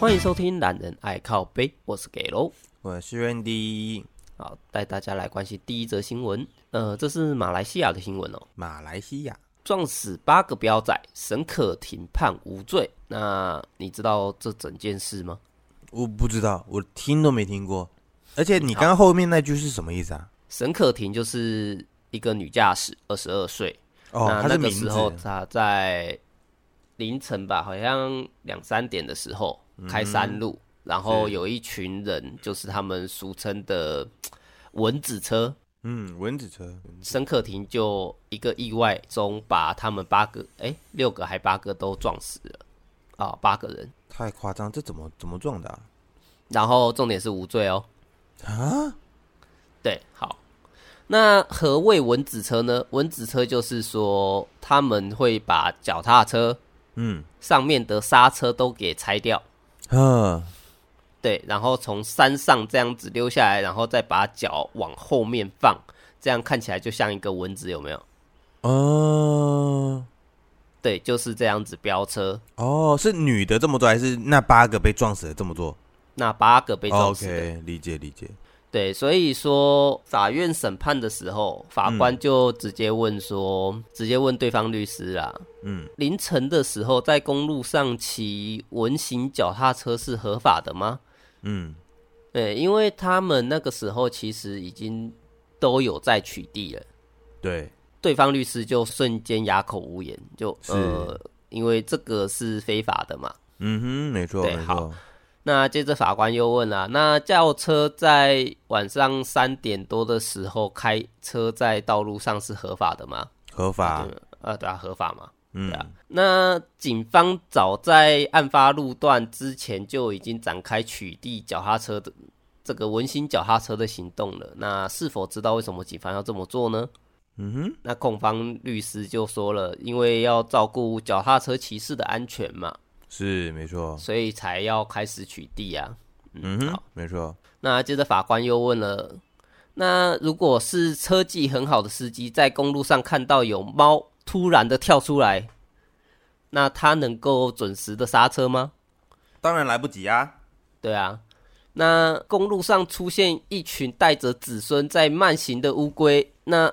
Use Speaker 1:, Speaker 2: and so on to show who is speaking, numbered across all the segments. Speaker 1: 欢迎收听《懒人爱靠背》，我是给楼。
Speaker 2: 我是 Randy，
Speaker 1: 好，带大家来关心第一则新闻。呃，这是马来西亚的新闻哦，
Speaker 2: 马来西亚
Speaker 1: 撞死八个彪仔，沈可婷判无罪。那你知道这整件事吗？
Speaker 2: 我不知道，我听都没听过。而且你刚刚后面那句是什么意思啊？
Speaker 1: 沈可婷就是一个女驾驶，二十二岁。
Speaker 2: 哦，
Speaker 1: 那
Speaker 2: 它
Speaker 1: 那
Speaker 2: 是
Speaker 1: 个
Speaker 2: 名
Speaker 1: 时候
Speaker 2: 字。
Speaker 1: 她在凌晨吧，好像两三点的时候
Speaker 2: 嗯
Speaker 1: 开山路，然后有一群人，就是他们俗称的蚊子车，
Speaker 2: 嗯，蚊子车。
Speaker 1: 申克廷就一个意外中把他们八个，哎、六个还八个都撞死了，啊、八个人。
Speaker 2: 太夸张，这怎么怎么撞的啊？
Speaker 1: 然后重点是无罪哦。
Speaker 2: 啊
Speaker 1: 对，好。那何谓文子车呢？文子车就是说他们会把脚踏车
Speaker 2: 嗯，
Speaker 1: 上面的刹车都给拆掉，嗯
Speaker 2: 呵，
Speaker 1: 对，然后从山上这样子溜下来，然后再把脚往后面放，这样看起来就像一个蚊子，有没有？
Speaker 2: 哦，
Speaker 1: 对，就是这样子飙车。
Speaker 2: 哦，是女的这么做，还是那八个被撞死的这么做
Speaker 1: 那八个被撞死的
Speaker 2: 哦 OK，理解理解。
Speaker 1: 对，所以说法院审判的时候，法官就直接问说，直接问对方律师啦，
Speaker 2: 嗯，
Speaker 1: 凌晨的时候在公路上骑文型脚踏车是合法的吗？
Speaker 2: 嗯，
Speaker 1: 对，因为他们那个时候其实已经都有在取缔了。
Speaker 2: 对，
Speaker 1: 对方律师就瞬间哑口无言，就是呃，因为这个是非法的嘛。
Speaker 2: 嗯哼，没错
Speaker 1: 对
Speaker 2: 没
Speaker 1: 好
Speaker 2: 错。
Speaker 1: 那接着法官又问了、那轿车在晚上三点多的时候开车在道路上是合法的吗？
Speaker 2: 合法，
Speaker 1: 对呃，对啊，合法嘛。
Speaker 2: 嗯
Speaker 1: 对啊，那警方早在案发路段之前就已经展开取缔脚踏车的这个文心脚踏车的行动了。那是否知道为什么警方要这么做呢？
Speaker 2: 嗯哼，
Speaker 1: 那控方律师就说了，因为要照顾脚踏车骑士的安全嘛，
Speaker 2: 是没错，
Speaker 1: 所以才要开始取缔啊。
Speaker 2: 嗯哼，没错，
Speaker 1: 那接着法官又问了：那如果是车技很好的司机，在公路上看到有猫突然的跳出来，那他能够准时的刹车吗？
Speaker 2: 当然来不及啊。
Speaker 1: 对啊，那公路上出现一群带着子孙在慢行的乌龟，那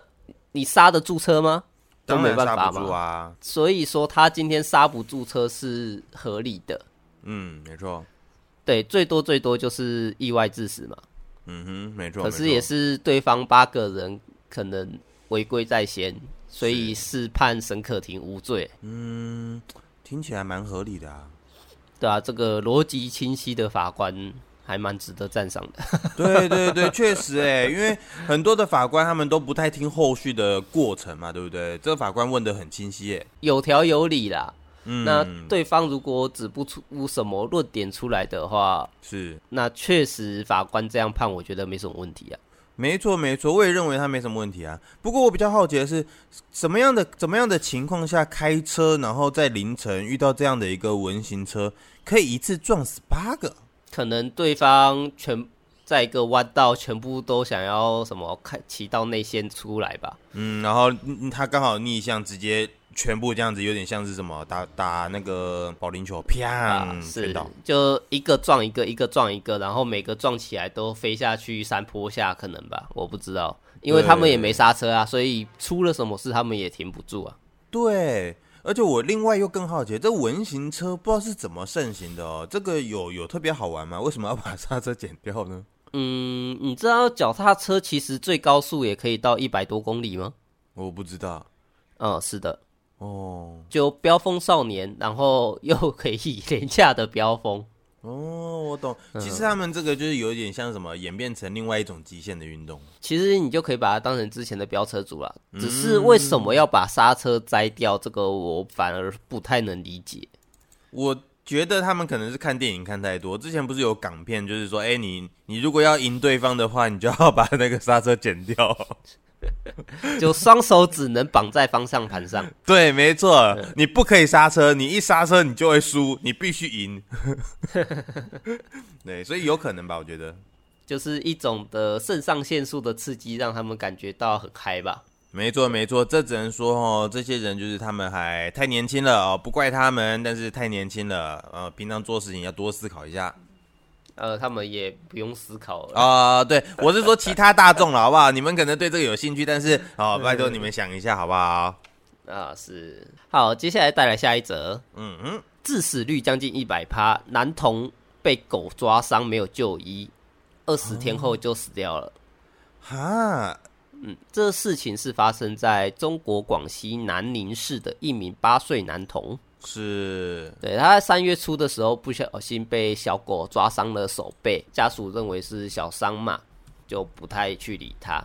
Speaker 1: 你刹得住车吗？都
Speaker 2: 当
Speaker 1: 没
Speaker 2: 然
Speaker 1: 办
Speaker 2: 刹
Speaker 1: 法
Speaker 2: 不住
Speaker 1: 嘛。
Speaker 2: 啊。
Speaker 1: 所以说他今天刹不住车是合理的，
Speaker 2: 嗯，没错。
Speaker 1: 对，最多最多就是意外致死嘛。
Speaker 2: 嗯哼，没错。
Speaker 1: 可
Speaker 2: 没
Speaker 1: 是
Speaker 2: 错
Speaker 1: 也是对方八个人可能违规在先，所以是判沈可婷无罪，
Speaker 2: 嗯，听起来蛮合理的啊。
Speaker 1: 对啊，这个逻辑清晰的法官还蛮值得赞赏的。
Speaker 2: 对对对，确实哎、因为很多的法官他们都不太听后续的过程嘛，对不对？这个法官问的很清晰哎、
Speaker 1: 有条有理啦。
Speaker 2: 嗯，
Speaker 1: 那对方如果指不出什么论点出来的话，
Speaker 2: 是
Speaker 1: 那确实法官这样判，我觉得没什么问题啊。
Speaker 2: 没错没错，我也认为他没什么问题啊。不过我比较好奇的是，什么样的怎么样的情况下开车，然后在凌晨遇到这样的一个文型车，可以一次撞死八个？
Speaker 1: 可能对方全在一个弯道，全部都想要什么开骑到内线出来吧。
Speaker 2: 嗯，然后嗯他刚好逆向，直接全部这样子，有点像是什么打打那个保龄球，啪，嗯
Speaker 1: 啊，
Speaker 2: 全
Speaker 1: 是
Speaker 2: 倒。，
Speaker 1: 就一个撞一个，一个撞一个，然后每个撞起来都飞下去山坡下，可能吧，我不知道，因为他们也没刹车啊，所以出了什么事他们也停不住啊。
Speaker 2: 对，而且我另外又更好奇，这文型车不知道是怎么盛行的哦。这个有有特别好玩吗？为什么要把 刹车剪掉呢？
Speaker 1: 嗯，你知道脚踏车其实最高速也可以到一百多公里吗？
Speaker 2: 我不知道
Speaker 1: 嗯，是的，
Speaker 2: 哦
Speaker 1: 就飙风少年，然后又可以 廉价的飙风，
Speaker 2: 哦，我懂。其
Speaker 1: 嗯
Speaker 2: 实他们这个就是有点像什么，演变成另外一种极限的运动。
Speaker 1: 其实你就可以把它当成之前的飙车族了。只是为什么要把刹车摘掉，这个我反而不太能理解。
Speaker 2: 我觉得他们可能是看电影看太多。之前不是有港片，就是说，哎、你你如果要赢对方的话，你就要把那个刹车剪掉。
Speaker 1: 就双手只能绑在方向盘上。
Speaker 2: 对，没错，你不可以刹车，你一刹车你就会输，你必须赢。 对，所以有可能吧，我觉得。
Speaker 1: 就是一种的肾上腺素的刺激，让他们感觉到很嗨吧。
Speaker 2: 没错，没错，这只能说哦，这些人就是他们还太年轻了哦，不怪他们，但是太年轻了，呃，平常做事情要多思考一下
Speaker 1: 呃，他们也不用思考了。
Speaker 2: 啊、对，我是说其他大众了，好不好？你们可能对这个有兴趣，但是哦，拜托你们想一下，好不好？
Speaker 1: 啊，是好，接下来带来下一则，
Speaker 2: 嗯嗯，
Speaker 1: 致死率将近一百趴，男童被狗抓伤没有就医，二十天后就死掉了。
Speaker 2: 哈，
Speaker 1: 嗯，这事情是发生在中国广西南宁市的一名八岁男童，
Speaker 2: 是
Speaker 1: 对他在三月初的时候不小心被小狗抓伤了手背，家属认为是小伤嘛，就不太去理他。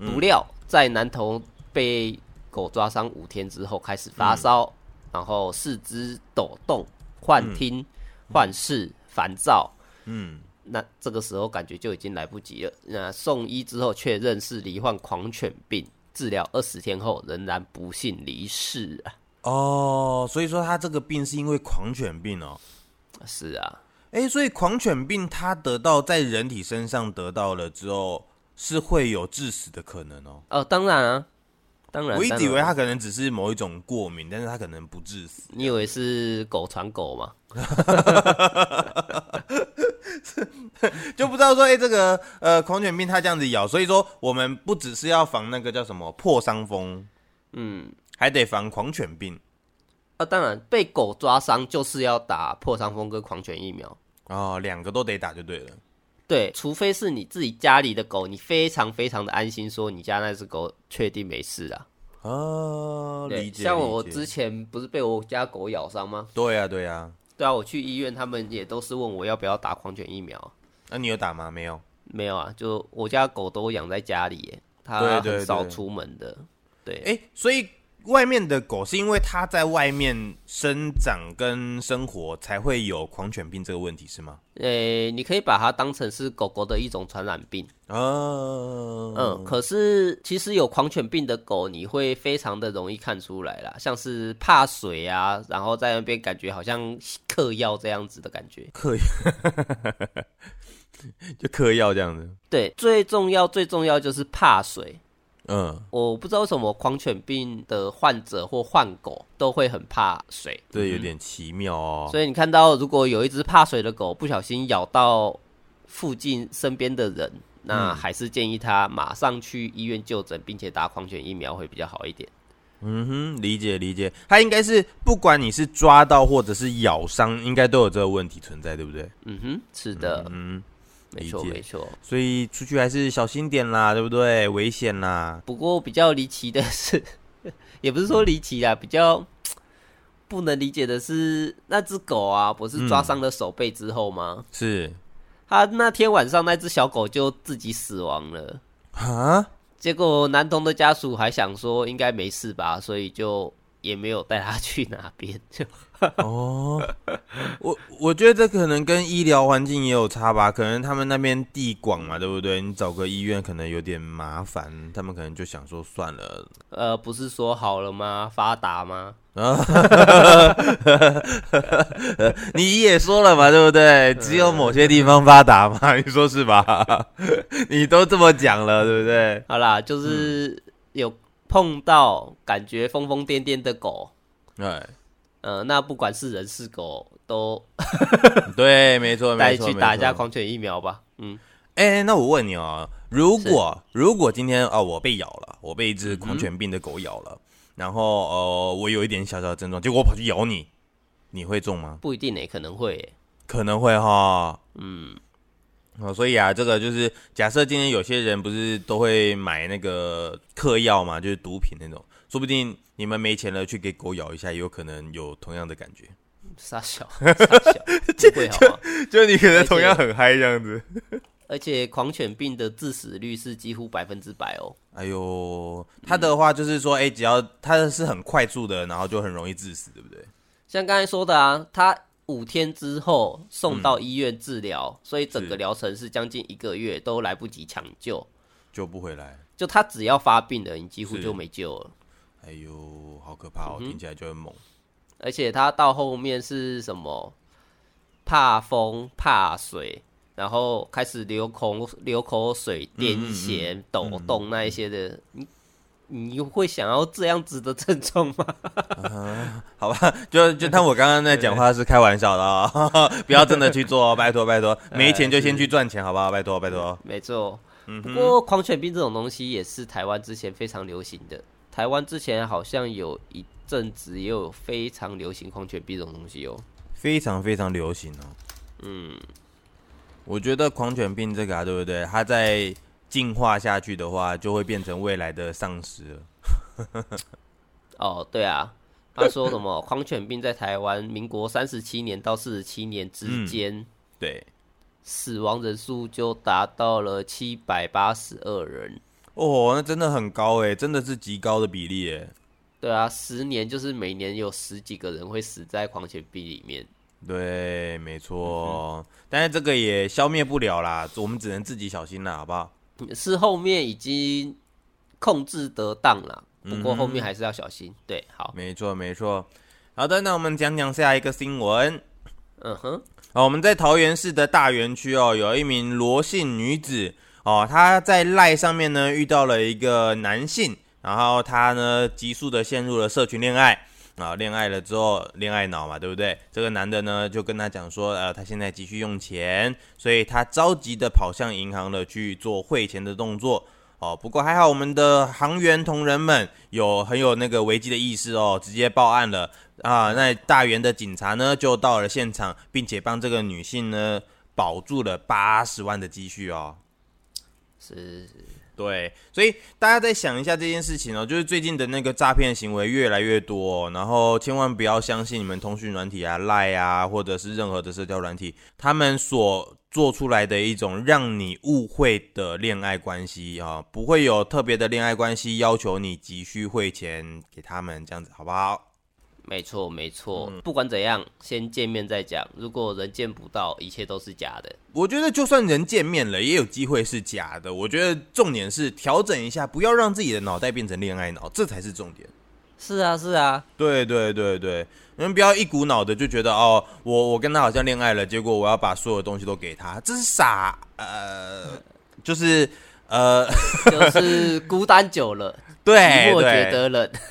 Speaker 2: 嗯
Speaker 1: 不料在男童被狗抓伤五天之后开始
Speaker 2: 嗯
Speaker 1: 发烧，然后四肢抖动、幻听、幻视、烦躁，
Speaker 2: 嗯，
Speaker 1: 那这个时候感觉就已经来不及了。那送医之后确认是罹患狂犬病，治疗二十天后仍然不幸离世啊！
Speaker 2: 哦，所以说他这个病是因为狂犬病哦，
Speaker 1: 是啊，
Speaker 2: 哎，所以狂犬病它得到在人体身上得到了之后，是会有致死的可能哦。
Speaker 1: 哦，当然啊，当然，
Speaker 2: 我一直
Speaker 1: 当
Speaker 2: 以
Speaker 1: 然
Speaker 2: 为它可能只是某一种过敏，但是它可能不致死。
Speaker 1: 你以为是狗传狗吗？
Speaker 2: 就不知道说，哎、这个呃狂犬病它这样子咬，所以说我们不只是要防那个叫什么破伤风，
Speaker 1: 嗯，
Speaker 2: 还得防狂犬病
Speaker 1: 啊，当然，被狗抓伤就是要打破伤风跟狂犬疫苗。
Speaker 2: 哦，两个都得打就对了。
Speaker 1: 对，除非是你自己家里的狗，你非常非常的安心，说你家那只狗确定没事啊。
Speaker 2: 哦，
Speaker 1: 对，
Speaker 2: 理解。
Speaker 1: 像我
Speaker 2: 理解
Speaker 1: 之前不是被我家狗咬伤吗？
Speaker 2: 对呀、啊、对呀、啊，
Speaker 1: 对啊，我去医院，他们也都是问我要不要打狂犬疫苗。
Speaker 2: 那、你有打吗？没有。
Speaker 1: 没有啊，就我家狗都养在家里耶，它
Speaker 2: 对对
Speaker 1: 很少
Speaker 2: 对
Speaker 1: 出门的。对
Speaker 2: 哎、所以外面的狗是因为它在外面生长跟生活才会有狂犬病这个问题是吗？
Speaker 1: 诶、你可以把它当成是狗狗的一种传染病。
Speaker 2: 哦，
Speaker 1: 嗯，可是其实有狂犬病的狗，你会非常的容易看出来啦，像是怕水啊，然后在那边感觉好像嗑药这样子的感觉。
Speaker 2: 嗑药， 就嗑药这样子。
Speaker 1: 对，最重要最重要就是怕水。
Speaker 2: 嗯，
Speaker 1: 我不知道为什么狂犬病的患者或患狗都会很怕水，
Speaker 2: 对，有点奇妙哦。
Speaker 1: 嗯所以你看到如果有一只怕水的狗不小心咬到附近身边的人，
Speaker 2: 嗯
Speaker 1: 那还是建议他马上去医院就诊，并且打狂犬疫苗会比较好一点。
Speaker 2: 嗯哼，理解理解，它应该是不管你是抓到或者是咬伤，应该都有这个问题存在，对不对？
Speaker 1: 嗯哼，是的，
Speaker 2: 嗯，
Speaker 1: 没错
Speaker 2: 理解
Speaker 1: 没错。
Speaker 2: 所以出去还是小心点啦，对不对？危险啦。
Speaker 1: 不过比较离奇的是， 也不是说离奇啦，比较不能理解的是，那只狗啊，不是抓伤了手背之后吗？
Speaker 2: 是
Speaker 1: 它那天晚上那只小狗就自己死亡了。
Speaker 2: 啊，
Speaker 1: 结果男童的家属还想说应该没事吧，所以就也没有带他去哪边。 就
Speaker 2: 哦，我我觉得这可能跟医疗环境也有差吧，可能他们那边地广嘛，对不对？你找个医院可能有点麻烦，他们可能就想说算了。
Speaker 1: 呃，不是说好了吗？发达吗？
Speaker 2: 你也说了嘛，对不对？只有某些地方发达嘛，你说是吧？ 你都这么讲了，对不对？
Speaker 1: 好啦，就是有碰到感觉疯疯癫癫的狗，
Speaker 2: 哎，
Speaker 1: 呃，那不管是人是狗，都
Speaker 2: 对，没错，
Speaker 1: 带
Speaker 2: 没错，
Speaker 1: 去打一
Speaker 2: 没
Speaker 1: 下
Speaker 2: 错
Speaker 1: 狂犬疫苗吧。嗯，
Speaker 2: 哎、那我问你哦，如果如果今天啊、我被咬了，我被一只狂犬病的狗咬了，然后呃我有一点小小的症状，结果我跑去咬你，你会中吗？
Speaker 1: 不一定呢、可能 会、欸。
Speaker 2: 可能会哈，嗯。哦，所以啊，这个就是假设今天有些人不是都会买那个嗑药嘛，就是毒品那种，说不定你们没钱了去给狗咬一下，也有可能有同样的感觉，
Speaker 1: 傻小，傻小，不会好吗？
Speaker 2: 就你可能
Speaker 1: 而且
Speaker 2: 同样很嗨这样子。
Speaker 1: 而且狂犬病的致死率是几乎百分之百哦。
Speaker 2: 哎呦，他的话就是说，哎、只要他是很快速的，然后就很容易致死，对不对？
Speaker 1: 像刚才说的啊，他五天之后送到医院治疗，所以整个疗程嗯是将近一个月，都来不及抢救。
Speaker 2: 救不回来。
Speaker 1: 就他只要发病了，你几乎
Speaker 2: 是
Speaker 1: 就没救了。
Speaker 2: 哎呦，好可怕哦，听起来就很猛。
Speaker 1: 而且他到后面是什么？怕风、怕水，然后开始流口流口水、癫痫、抖动那一些的，你你会想要这样子的症状吗？
Speaker 2: 好吧，就就当我刚刚在讲话是开玩笑的啊、 不要真的去做、哦，拜托拜托，没钱就先去赚钱，好不好？拜托拜托。
Speaker 1: 没错，不过狂犬病这种东西也是台湾之前非常流行的。台湾之前好像有一阵子也有非常流行狂犬病这种东西哦。
Speaker 2: 非常非常流行哦。嗯，我觉得狂犬病这个啊，对不对？它在进化下去的话，就会变成未来的丧尸了。
Speaker 1: 哦，对啊，他说什么狂犬病在台湾民国三十七年到四十七年之间、
Speaker 2: 对，
Speaker 1: 死亡人数就达到了七百八十二人。
Speaker 2: 哦，那真的很高哎，真的是极高的比例哎。
Speaker 1: 对啊，十年就是每年有十几个人会死在狂犬病里面。
Speaker 2: 对，没错，但是这个也消灭不了啦，我们只能自己小心啦，好不好？
Speaker 1: 嗯是后面已经控制得当了，不过后面还是要小心。对，好，
Speaker 2: 没错，没错。好的，那我们讲讲下一个新闻。
Speaker 1: 嗯哼，
Speaker 2: 哦，我们在桃园市的大园区哦，有一名罗姓女子哦，她在赖上面呢遇到了一个男性，然后她呢急速的陷入了社群恋爱啊，恋爱了之后恋爱脑嘛，对不对？这个男的呢就跟她讲说，呃，他现在急需用钱，所以他着急的跑向银行了去做汇钱的动作。哦，不过还好我们的行员同仁们有很有那个危机的意识哦，直接报案了啊。那大员的警察呢就到了现场，并且帮这个女性呢保住了八十万的积蓄哦。
Speaker 1: 是
Speaker 2: 对，所以大家再想一下这件事情哦，就是最近的那个诈骗行为越来越多、哦，然后千万不要相信你们通讯软体啊、赖啊，或者是任何的社交软体，他们所做出来的一种让你误会的恋爱关系啊、哦，不会有特别的恋爱关系要求你急需汇钱给他们，这样子好不好？
Speaker 1: 没错，没错。不管怎样，先见面再讲。如果人见不到，一切都是假的。
Speaker 2: 我觉得就算人见面了，也有机会是假的。我觉得重点是调整一下，不要让自己的脑袋变成恋爱脑，这才是重点。
Speaker 1: 是啊，是啊，
Speaker 2: 对对对对，你们不要一股脑的就觉得哦，我我跟他好像恋爱了，结果我要把所有东西都给他，这是傻，呃，就是呃，
Speaker 1: 就是孤单久 了，寂
Speaker 2: 对
Speaker 1: 寞觉
Speaker 2: 对
Speaker 1: 得冷。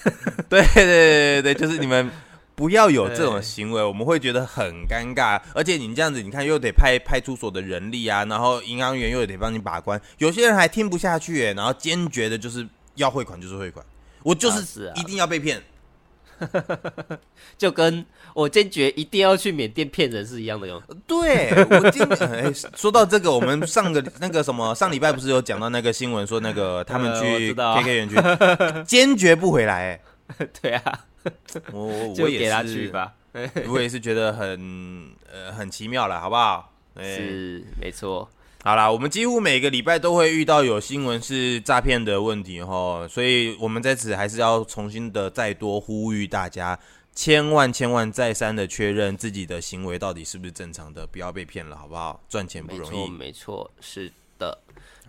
Speaker 2: 对对对对对，就是你们不要有这种行为，我们会觉得很尴尬。而且你这样子，你看又得派派出所的人力啊，然后银行员又得帮你把关，有些人还听不下去耶，然后坚决的就是要汇款就是汇款，我就
Speaker 1: 啊是
Speaker 2: 是
Speaker 1: 啊
Speaker 2: 一定要被骗。
Speaker 1: 就跟我坚决一定要去缅甸骗人是一样的哟。
Speaker 2: 对，我今天、哎说到这个，我们上个那个什么上礼拜不是有讲到那个新闻，说那个他们
Speaker 1: 呃我
Speaker 2: 去
Speaker 1: 知道啊
Speaker 2: KK 园区、 坚决不回来、
Speaker 1: 对啊，
Speaker 2: 哎， 我我
Speaker 1: 就
Speaker 2: 我也
Speaker 1: 给
Speaker 2: 是，
Speaker 1: 他去吧。
Speaker 2: 我也是觉得很呃很奇妙了，好不好？哎
Speaker 1: 是，没错。
Speaker 2: 好啦，我们几乎每个礼拜都会遇到有新闻是诈骗的问题哈，所以我们在此还是要重新的再多呼吁大家，千万千万再三的确认自己的行为到底是不是正常的，不要被骗了，好不好？赚钱不
Speaker 1: 没
Speaker 2: 容
Speaker 1: 错，
Speaker 2: 易，
Speaker 1: 没错，是的。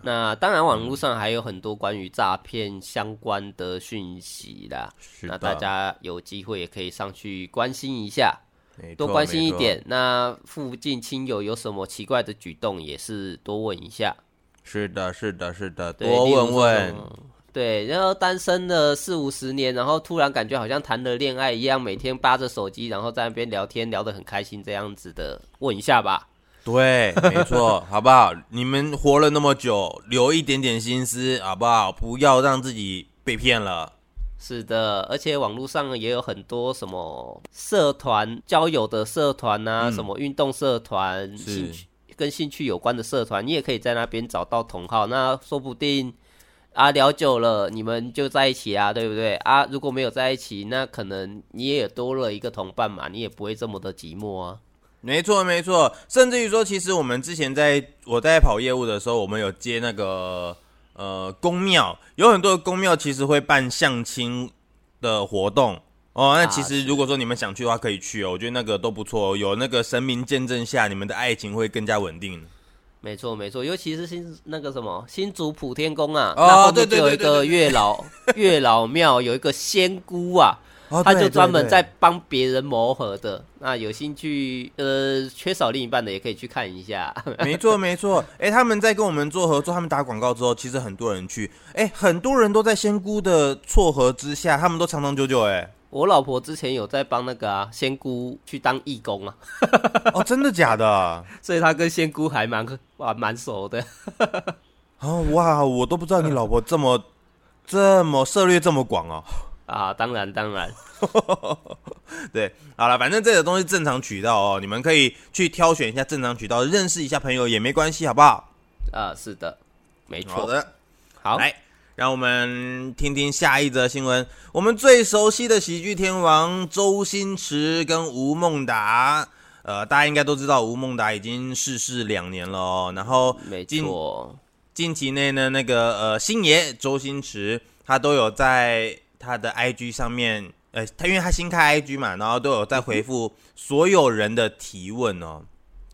Speaker 1: 那当然，网络上还有很多关于诈骗相关的讯息啦。
Speaker 2: 是
Speaker 1: 那
Speaker 2: 的，
Speaker 1: 大家有机会也可以上去关心一下，
Speaker 2: 没错
Speaker 1: 多关心一。
Speaker 2: 没错
Speaker 1: 点。那附近亲友有什么奇怪的举动，也是多问一下，
Speaker 2: 是的，是的，是的，
Speaker 1: 对
Speaker 2: 多
Speaker 1: 例如
Speaker 2: 问
Speaker 1: 说什
Speaker 2: 问。
Speaker 1: 么对，然后单身了四五十年，然后突然感觉好像谈了恋爱一样，每天扒着手机，然后在那边聊天，聊得很开心，这样子的，问一下吧。
Speaker 2: 对，没错，好不好？你们活了那么久，留一点点心思，好不好？不要让自己被骗了。
Speaker 1: 是的，而且网络上也有很多什么社团、交友的社团啊，什么运动社团、
Speaker 2: 嗯是
Speaker 1: 兴趣跟兴趣有关的社团，你也可以在那边找到同好。那说不定啊，聊久了你们就在一起啊，对不对？啊，如果没有在一起，那可能你也多了一个同伴嘛，你也不会这么的寂寞啊。
Speaker 2: 没错，没错，甚至于说，其实我们之前在我在跑业务的时候，我们有接那个呃公庙，有很多的公庙其实会办相亲的活动哦。那
Speaker 1: 啊
Speaker 2: 其实如果说你们想去的话，可以去哦，我觉得那个都不错、哦，有那个神明见证下，你们的爱情会更加稳定。
Speaker 1: 没错，没错，尤其是新那个什么新竹普天宫啊，
Speaker 2: 哦
Speaker 1: 那后面
Speaker 2: 对
Speaker 1: 就
Speaker 2: 对
Speaker 1: 有
Speaker 2: 对
Speaker 1: 一
Speaker 2: 对
Speaker 1: 个
Speaker 2: 对
Speaker 1: 月老月老庙，有一个仙姑啊，
Speaker 2: 哦
Speaker 1: 他
Speaker 2: 对
Speaker 1: 就
Speaker 2: 对
Speaker 1: 专门
Speaker 2: 对
Speaker 1: 在帮别人磨合的。那有兴趣呃缺少另一半的也可以去看一下。
Speaker 2: 没错，没错。哎、他们在跟我们做合作，他们打广告之后，其实很多人去，哎、很多人都在仙姑的撮合之下，他们都长长久久、
Speaker 1: 我老婆之前有在帮那个啊仙姑去当义工啊，
Speaker 2: 哎，哦，真的假的？
Speaker 1: 所以她跟仙姑还蛮哇蛮熟的。
Speaker 2: 哦，哇，我都不知道你老婆这么这么涉猎这么广哦。
Speaker 1: 啊，当然当然，
Speaker 2: 对，好了，反正这个东西正常渠道哦，你们可以去挑选一下正常渠道，认识一下朋友也没关系，好不好？
Speaker 1: 啊，是的，没
Speaker 2: 好
Speaker 1: 错。
Speaker 2: 的，
Speaker 1: 好，
Speaker 2: 来，让我们听听下一则新闻。我们最熟悉的喜剧天王周星驰跟吴孟达，呃，大家应该都知道，吴孟达已经逝世两年了哦。然后
Speaker 1: 没
Speaker 2: 近
Speaker 1: 错，
Speaker 2: 近期内呢，那个呃星爷周星驰，他都有在他的 IG 上面，呃，他因为他新开 IG 嘛，然后都有在回复所有人的提问哦。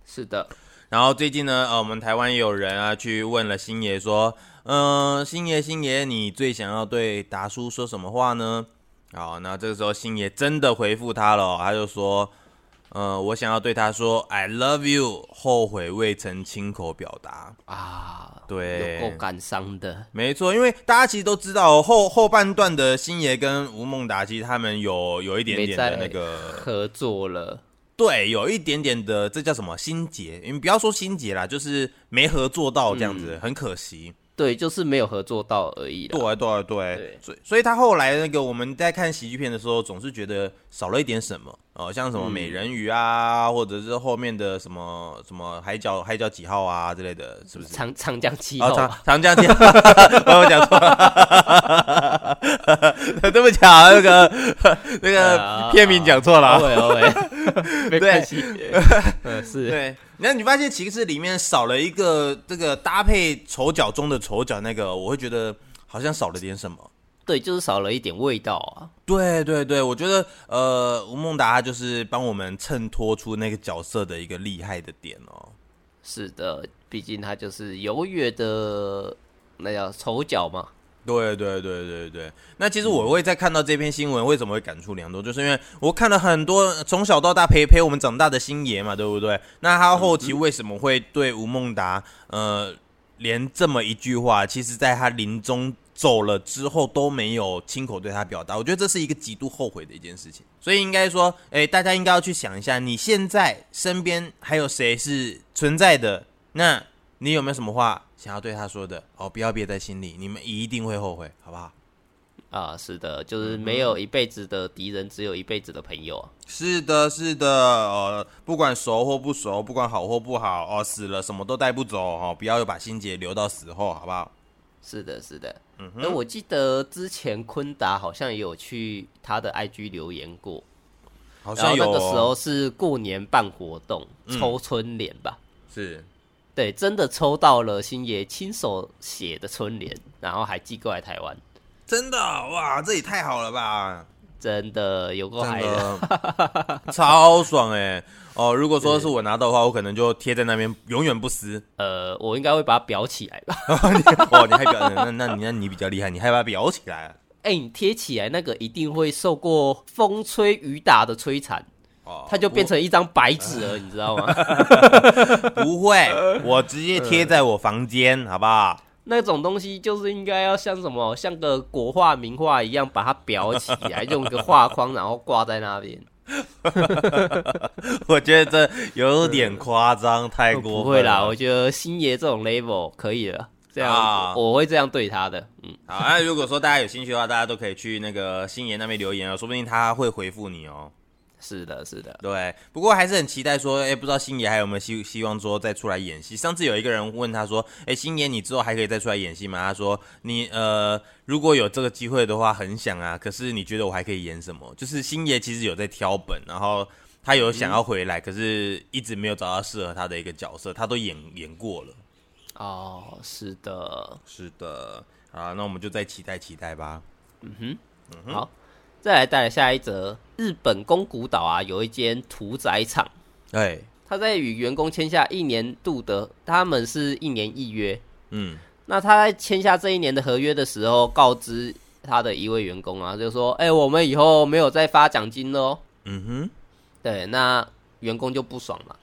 Speaker 1: 是的，
Speaker 2: 然后最近呢，呃，我们台湾也有人啊去问了星爷说，嗯、星爷星爷，你最想要对达叔说什么话呢？好，那这个时候星爷真的回复他了哦、他就说，呃，我想要对他说 I love you，后悔未曾亲口表达。
Speaker 1: 啊，
Speaker 2: 对
Speaker 1: 有够感伤的。
Speaker 2: 没错，因为大家其实都知道哦后后半段的星爷跟吴孟达，其实他们有有一点
Speaker 1: 没
Speaker 2: 点
Speaker 1: 在
Speaker 2: 的那个
Speaker 1: 合作了，
Speaker 2: 对，有一点点的，这叫什么心结？你不要说心结啦，就是没合作到这样子，很可惜。
Speaker 1: 对，就是没有合作到而已啦。
Speaker 2: 嗯对对对，
Speaker 1: 对
Speaker 2: 所以所以他后来那个我们在看喜剧片的时候，总是觉得少了一点什么哦、呃像什么美人鱼啊，或者是后面的什么什么海角海角几号啊之类的，是不是？
Speaker 1: 长长江七
Speaker 2: 啊，
Speaker 1: 号
Speaker 2: 长
Speaker 1: 吧，
Speaker 2: 长江七号， 我有讲错 了，对不起啊，那个那个片名讲错了 啊。
Speaker 1: 欧伟欧伟，哦 没关系， 呃是
Speaker 2: 对，那你发现其实里面少了一个这个搭配丑角中的丑角，那个我会觉得好像少了点什么。
Speaker 1: 对，就是少了一点味道啊。
Speaker 2: 对对对，我觉得呃，吴孟达他就是帮我们衬托出那个角色的一个厉害的点哦。
Speaker 1: 是的，毕竟他就是优越的那叫丑角嘛。
Speaker 2: 对对对对对，那其实我会在看到这篇新闻，为什么会感触良多？就是因为我看了很多从小到大陪陪我们长大的星爷嘛，对不对？那他后期为什么会对吴孟达，呃，连这么一句话，其实在他临终走了之后都没有亲口对他表达，我觉得这是一个极度后悔的一件事情。所以应该说，哎，大家应该要去想一下，你现在身边还有谁是存在的？那你有没有什么话想要对他说的？哦，不要憋在心里，你们一定会后悔，好不好？
Speaker 1: 啊，是的，就是没
Speaker 2: 嗯
Speaker 1: 有一辈子的敌人，只有一辈子的朋友啊。
Speaker 2: 是的，是的，呃，不管熟或不熟，不管好或不好，哦，死了什么都带不走哦，不要把心结留到死后，好不好？
Speaker 1: 是的，是的。嗯哼。我记得之前昆达好像也有去他的 IG 留言过，
Speaker 2: 好
Speaker 1: 然
Speaker 2: 像
Speaker 1: 后
Speaker 2: 有哦嗯
Speaker 1: 那个时候是过年办活动，抽春联吧。
Speaker 2: 是
Speaker 1: 对，真的抽到了星爷亲手写的春联，然后还寄过来台湾，
Speaker 2: 真的哇，这也太好了吧！
Speaker 1: 真的有够
Speaker 2: 真
Speaker 1: 嗨的。
Speaker 2: 的哦 超爽哎、哦，如果说是我拿到的话，我可能就贴在那边，永远不 撕。
Speaker 1: 呃，我应该会把它裱起来吧？
Speaker 2: 哦，你还表那那你那你比较厉害，你还把它裱起来。
Speaker 1: 哎、你贴起来那个一定会受过风吹雨打的摧残，
Speaker 2: 哦，
Speaker 1: 它就变成一张白纸了，你知道吗？
Speaker 2: 不会， 我直接贴在我房间，好不好？
Speaker 1: 那种东西就是应该要像什么，像个国画、名画一样，把它裱起来，用一个画框，然后挂在那边。
Speaker 2: 我觉得这有点夸张，太过分了
Speaker 1: 不会啦，我觉得星爷这种 level 可以了，这样、
Speaker 2: 啊
Speaker 1: 我会这样对他的。嗯，
Speaker 2: 好，那、如果说大家有兴趣的话，大家都可以去那个星爷那边留言哦，说不定他会回复你哦。
Speaker 1: 是的，是的，
Speaker 2: 对，不过还是很期待说，哎、不知道星爷还有没有希希望说再出来演戏。上次有一个人问他说，哎、星爷你之后还可以再出来演戏吗？他说，你呃，如果有这个机会的话，很想啊。可是你觉得我还可以演什么？就是星爷其实有在挑本，然后他有想要回来，可是一直没有找到适合他的一个角色，他都演演过了。
Speaker 1: 哦，是的，
Speaker 2: 是的，啊，那我们就再期待期待吧。
Speaker 1: 嗯
Speaker 2: 嗯
Speaker 1: 好，再来带来下一则，日本宫古岛啊，有一间屠宰场，
Speaker 2: 哎，
Speaker 1: 他在与员工签下一年度的，他们是一年一约，
Speaker 2: 嗯，
Speaker 1: 那他在签下这一年的合约的时候，告知他的一位员工啊，就说：“哎、我们以后没有再发奖金喽。
Speaker 2: 嗯”
Speaker 1: 对，那员工就不爽嘛，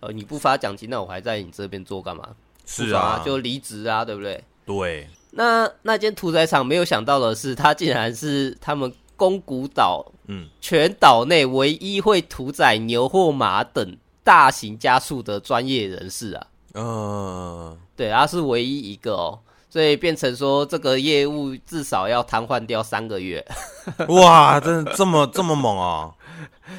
Speaker 1: 呃，你不发奖金，那我还在你这边做干嘛？
Speaker 2: 哼，
Speaker 1: 不
Speaker 2: 是
Speaker 1: 爽
Speaker 2: 啊，
Speaker 1: 就离职啊，对不对？
Speaker 2: 对，
Speaker 1: 那那间屠宰场没有想到的是，它竟然是他们宫古岛
Speaker 2: 嗯，
Speaker 1: 全岛内唯一会屠宰牛或马等大型家畜的专业人士啊。
Speaker 2: 呃，
Speaker 1: 对，他是唯一一个哦，所以变成说这个业务至少要瘫痪掉三个月。
Speaker 2: 哇，真的这么这么猛啊！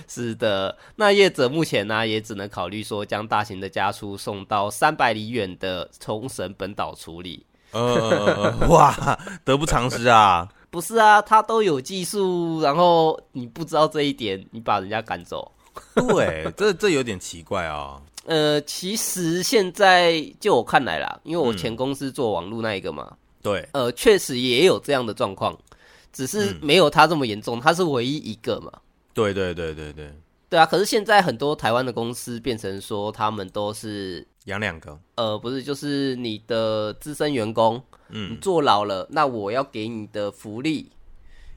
Speaker 1: 是的，那业者目前呢、也只能考虑说将大型的家畜送到三百里远的冲绳本岛处理。
Speaker 2: 呃呃，呃哇，得不偿失啊！
Speaker 1: 不是啊，他都有技术，然后你不知道这一点，你把人家赶走。
Speaker 2: 对，这这有点奇怪啊。
Speaker 1: 呃，其实现在就我看来啦，因为我前公司做网络那一个嘛，
Speaker 2: 对，
Speaker 1: 呃，确实也有这样的状况，只是
Speaker 2: 嗯
Speaker 1: 没有他这么严重，他是唯一一个嘛。
Speaker 2: 对对对对对，
Speaker 1: 对啊，可是现在很多台湾的公司变成说，他们都是
Speaker 2: 养两个，
Speaker 1: 呃，不是，就是你的资深员工，你
Speaker 2: 嗯
Speaker 1: 坐牢了，那我要给你的福利，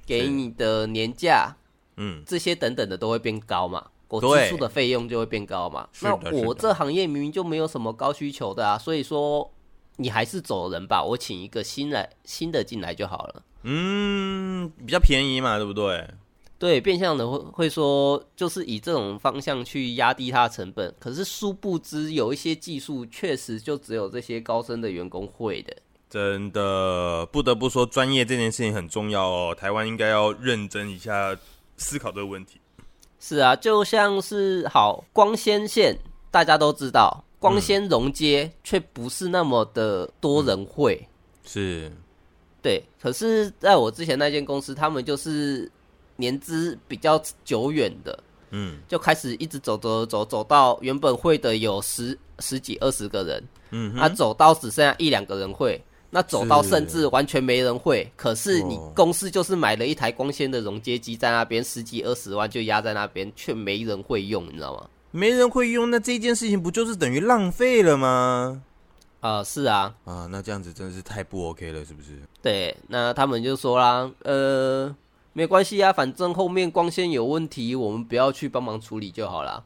Speaker 1: 给
Speaker 2: 是
Speaker 1: 你的年假，
Speaker 2: 嗯，
Speaker 1: 这些等等的都会变高嘛，我
Speaker 2: 对
Speaker 1: 支出的费用就会变高嘛。
Speaker 2: 是
Speaker 1: 那
Speaker 2: 的是
Speaker 1: 我
Speaker 2: 的
Speaker 1: 这行业明明就没有什么高需求的啊，所以说你还是走人吧，我请一个新来新的进来就好了。
Speaker 2: 嗯，比较便宜嘛，对不对？
Speaker 1: 对，变相的会会说，就是以这种方向去压低它的成本。可是殊不知，有一些技术确实就只有这些高深的员工会的。
Speaker 2: 真的不得不说，专业这件事情很重要哦。台湾应该要认真一下思考这个问题。
Speaker 1: 是啊，就像是好光纤线，大家都知道，光纤熔接却不是那么的多人会。
Speaker 2: 是，
Speaker 1: 对，可是在我之前那间公司，他们就是年资比较久远的，
Speaker 2: 嗯
Speaker 1: 就开始一直走走走走到原本会的有十十几二十个人，
Speaker 2: 嗯
Speaker 1: 啊，走到只剩下一两个人会，那走到甚至完全没人会。可是你
Speaker 2: 哦
Speaker 1: 公司就是买了一台光纤的溶接机在那边，十几二十万就压在那边，却没人会用，你知道吗？
Speaker 2: 没人会用，那这件事情不就是等于浪费了吗？
Speaker 1: 啊、是啊，
Speaker 2: 啊，那这样子真的是太不 OK 了，是不是？
Speaker 1: 对，那他们就说啦，呃，没关系啊，反正后面光纤有问题，我们不要去帮忙处理就好啦。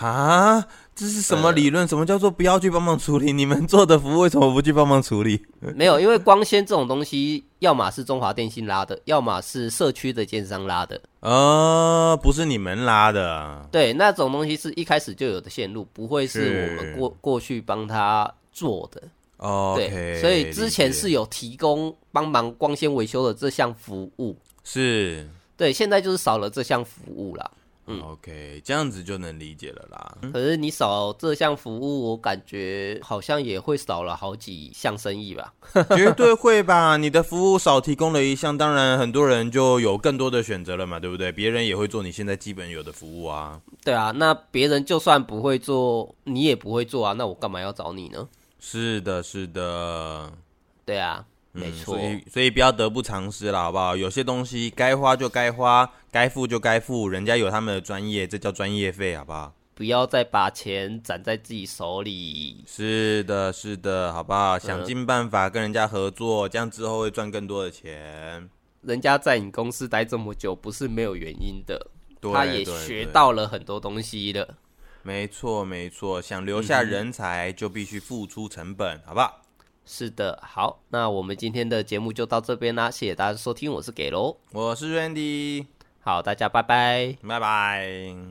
Speaker 2: 啊，这是什么理论？什么叫做不要去帮忙处理？你们做的服务为什么不去帮忙处理？
Speaker 1: 没有，因为光纤这种东西，要么是中华电信拉的，要么是社区的建商拉的。
Speaker 2: 呃，不是你们拉的，
Speaker 1: 对，那种东西是一开始就有的线路，不会是我们
Speaker 2: 是
Speaker 1: 过过去帮他做的。
Speaker 2: 哦
Speaker 1: 对
Speaker 2: OK，
Speaker 1: 所以之前
Speaker 2: 理解
Speaker 1: 是有提供帮忙光纤维修的这项服务，
Speaker 2: 是、
Speaker 1: 对，现在就是少了这项服务啦。
Speaker 2: 嗯 OK，这样子就能理解了啦。
Speaker 1: 可是你少这项服务，我感觉好像也会少了好几项生意吧。
Speaker 2: 绝对会吧？你的服务少提供了一项，当然很多人就有更多的选择了嘛，对不对？别人也会做你现在基本有的服务啊。
Speaker 1: 对啊，那别人就算不会做，你也不会做啊，那我干嘛要找你呢？
Speaker 2: 是的，是的，
Speaker 1: 对啊，
Speaker 2: 嗯
Speaker 1: 没错。
Speaker 2: 所以所以不要得不偿失啦，好不好？有些东西该花就该花，该付就该付，人家有他们的专业，这叫专业费，好不好？
Speaker 1: 不要再把钱攒在自己手里。
Speaker 2: 是的，是的，好不好？
Speaker 1: 啊
Speaker 2: 想尽办法跟人家合作，这样之后会赚更多的钱。
Speaker 1: 人家在你公司待这么久，不是没有原因的，
Speaker 2: 对
Speaker 1: 他也
Speaker 2: 对
Speaker 1: 学
Speaker 2: 对
Speaker 1: 到了很多东西了。
Speaker 2: 没错，没错，想留下人才就必须付出成本，好不好？
Speaker 1: 是的，好，那我们今天的节目就到这边啦，谢谢大家收听，我是给喽，
Speaker 2: 我是 Randy，
Speaker 1: 好，大家拜拜。
Speaker 2: 拜拜。